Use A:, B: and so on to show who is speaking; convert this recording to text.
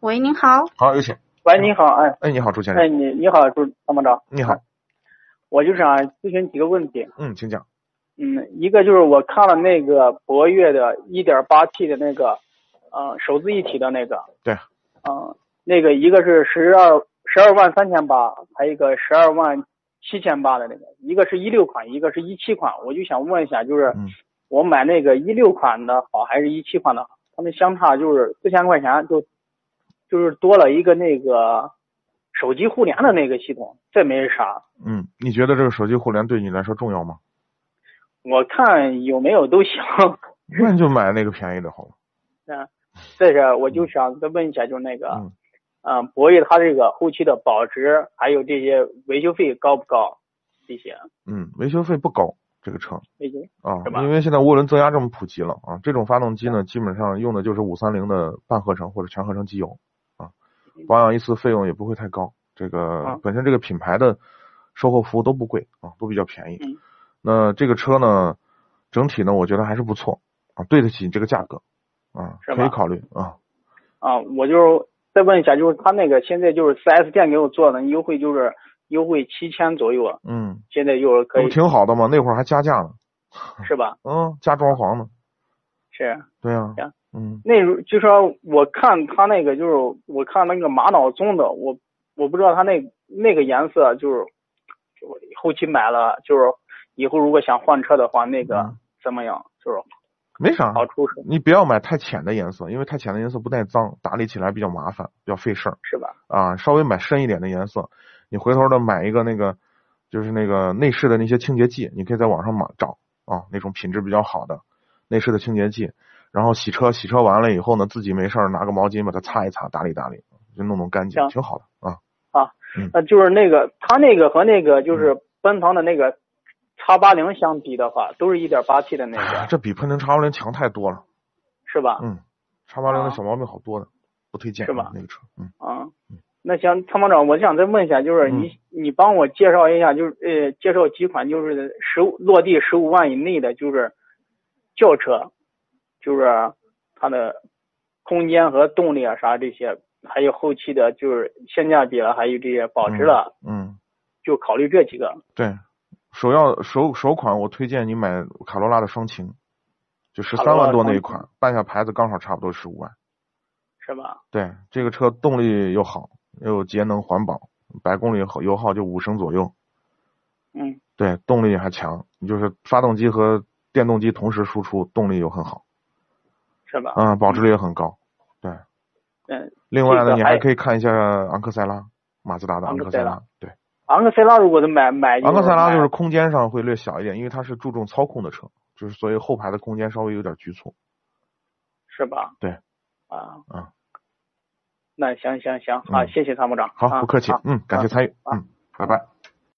A: 喂，您好。
B: 好，有请。
C: 喂，你好，哎，
B: 哎，你好，朱先
C: 哎，
B: 生。
C: 你你好，朱参谋长，
B: 你好，
C: 我就想咨询几个问题，
B: 嗯，请讲。
C: 嗯，一个就是我看了那个博越的 1.8T 的那个，呃，手自一体的那个，
B: 对，
C: 嗯、那个一个是十二十二万三千八，还有一个十二万七千八的那个，一个是一六款，一个是一七款，我就想问一下，就是
B: 嗯
C: 我买那个一六款的好还是一七款的好？他们相差就是四千块钱就，就是多了一个那个手机互联的那个系统，这没啥。
B: 嗯，你觉得这个手机互联对你来说重要吗？
C: 我看有没有都行。
B: 那你就买那个便宜的好了。
C: 嗯，这是我就想再问一下，就是那个，
B: 嗯
C: 嗯、博越它这个后期的保值还有这些维修费高不高？这些
B: 嗯，维修费不高，这个车
C: 维修
B: 啊
C: 是吧，
B: 因为现在涡轮增压这么普及了啊，这种发动机呢，基本上用的就是五三零的半合成或者全合成机油啊，保养一次费用也不会太高。这个
C: 啊
B: 本身这个品牌的售后服务都不贵啊，都比较便宜
C: 嗯。
B: 那这个车呢，整体呢，我觉得还是不错啊，对得起你这个价格啊，
C: 是吧
B: 可以考虑啊。
C: 啊，我就再问一下，就是他那个现在就是 4S 店给我做的优惠，就是优惠七千左右，啊
B: 嗯，
C: 现在就是可
B: 这
C: 以
B: 不挺好的吗？那会儿还加价呢，
C: 是吧？
B: 嗯，加装潢呢，
C: 是
B: 对呀、
C: 行
B: 嗯，
C: 那如就说我看他那个就是我看那个玛瑙棕的，我我不知道他那那个颜色就是我后期买了，就是以后如果想换车的话，那个
B: 嗯
C: 怎么样？就是
B: 没啥，
C: 好出手
B: 你不要买太浅的颜色，因为太浅的颜色不耐脏，打理起来比较麻烦，比较费事儿
C: 是吧？
B: 啊。稍微买深一点的颜色，你回头呢买一个那个，就是那个内饰的那些清洁剂，你可以在网上买找啊，那种品质比较好的内饰的清洁剂。然后洗车，洗车完了以后呢，自己没事儿拿个毛巾把它擦一擦，打理打理，就弄弄干净，
C: 行
B: 挺好的啊。
C: 呃，就是那个他那个和那个
B: 嗯
C: 就是奔腾的那个叉八零相比的话，都是一点八 T 的那
B: 哎呀
C: 个，
B: 这比喷腾叉八零强太多了，
C: 是吧？
B: 嗯，叉八零的
C: 啊
B: 小毛病好多的，不推荐
C: 是吧
B: 那个车，嗯。
C: 啊，那行，参谋长，我想再问一下，就是
B: 嗯
C: 你、你帮我介绍一下，就是呃，介绍几款就是十五落地十五万以内的，就是轿车，就是它的空间和动力啊啥这些，还有后期的，就是性价比了，还有这些保值了，
B: 嗯，
C: 就考虑这几个。
B: 对，首要首首款我推荐你买卡罗拉的双擎，就十
C: 卡
B: 三
C: 罗拉
B: 万多那一
C: 双擎
B: 款，办下牌子刚好差不多十五万。
C: 是吧？
B: 对，这个车动力又好，又节能环保，百公里后油耗就五升左右。
C: 嗯，
B: 对，动力还强，就是发动机和电动机同时输出，动力又很好，
C: 是吧？
B: 嗯，保值率也很高。对，
C: 嗯，
B: 另外
C: 啊这
B: 呢，
C: 个
B: 你还
C: 还
B: 可以看一下昂克赛拉，马自达的
C: 昂
B: 昂
C: 克
B: 克
C: 赛
B: 赛
C: 拉
B: 拉。对，
C: 昂克赛拉如果是买买，
B: 昂克赛拉就是
C: 买
B: 空间上会略小一点，因为它是注重操控的车，就是所以后排的空间稍微有点局促。
C: 是吧？
B: 对，
C: 啊
B: 啊，
C: 那行行行，好，
B: 嗯
C: 谢谢参谋长。
B: 好，
C: 啊
B: 不客气
C: 好，
B: 嗯，感谢参与，
C: 啊
B: 嗯，拜拜。